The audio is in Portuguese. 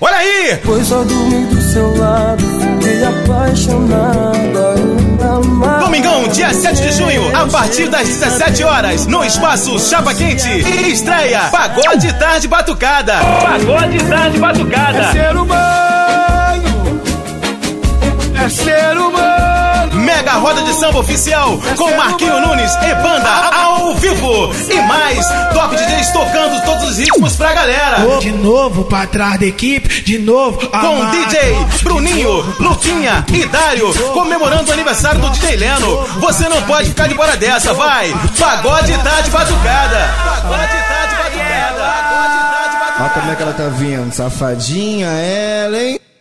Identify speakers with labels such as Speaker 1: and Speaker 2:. Speaker 1: quê?
Speaker 2: Pois só dormi do seu lado, fiquei apaixonada ainda mais.
Speaker 1: Domingão, dia 7 de junho, a partir das 17 horas, no espaço Chapa Quente, estreia Pagode Tarde Batucada.
Speaker 3: Pagode Tarde Batucada.
Speaker 4: É ser humano, é ser humano.
Speaker 1: Mega Roda de Samba Oficial, com Marquinho Nunes e banda ao vivo. E mais, top DJs tocando todos os ritmos pra galera.
Speaker 5: De novo pra trás da equipe, de novo.
Speaker 1: Com DJ Bruninho, Luquinha e Dário, comemorando o aniversário do DJ Leno. Você não pode ficar de fora dessa, vai. Pagode Tarde Batucada. Pagode Tarde Batucada. Pagode Tarde Batucada.
Speaker 6: Olha como é que ela tá vindo, safadinha ela, hein?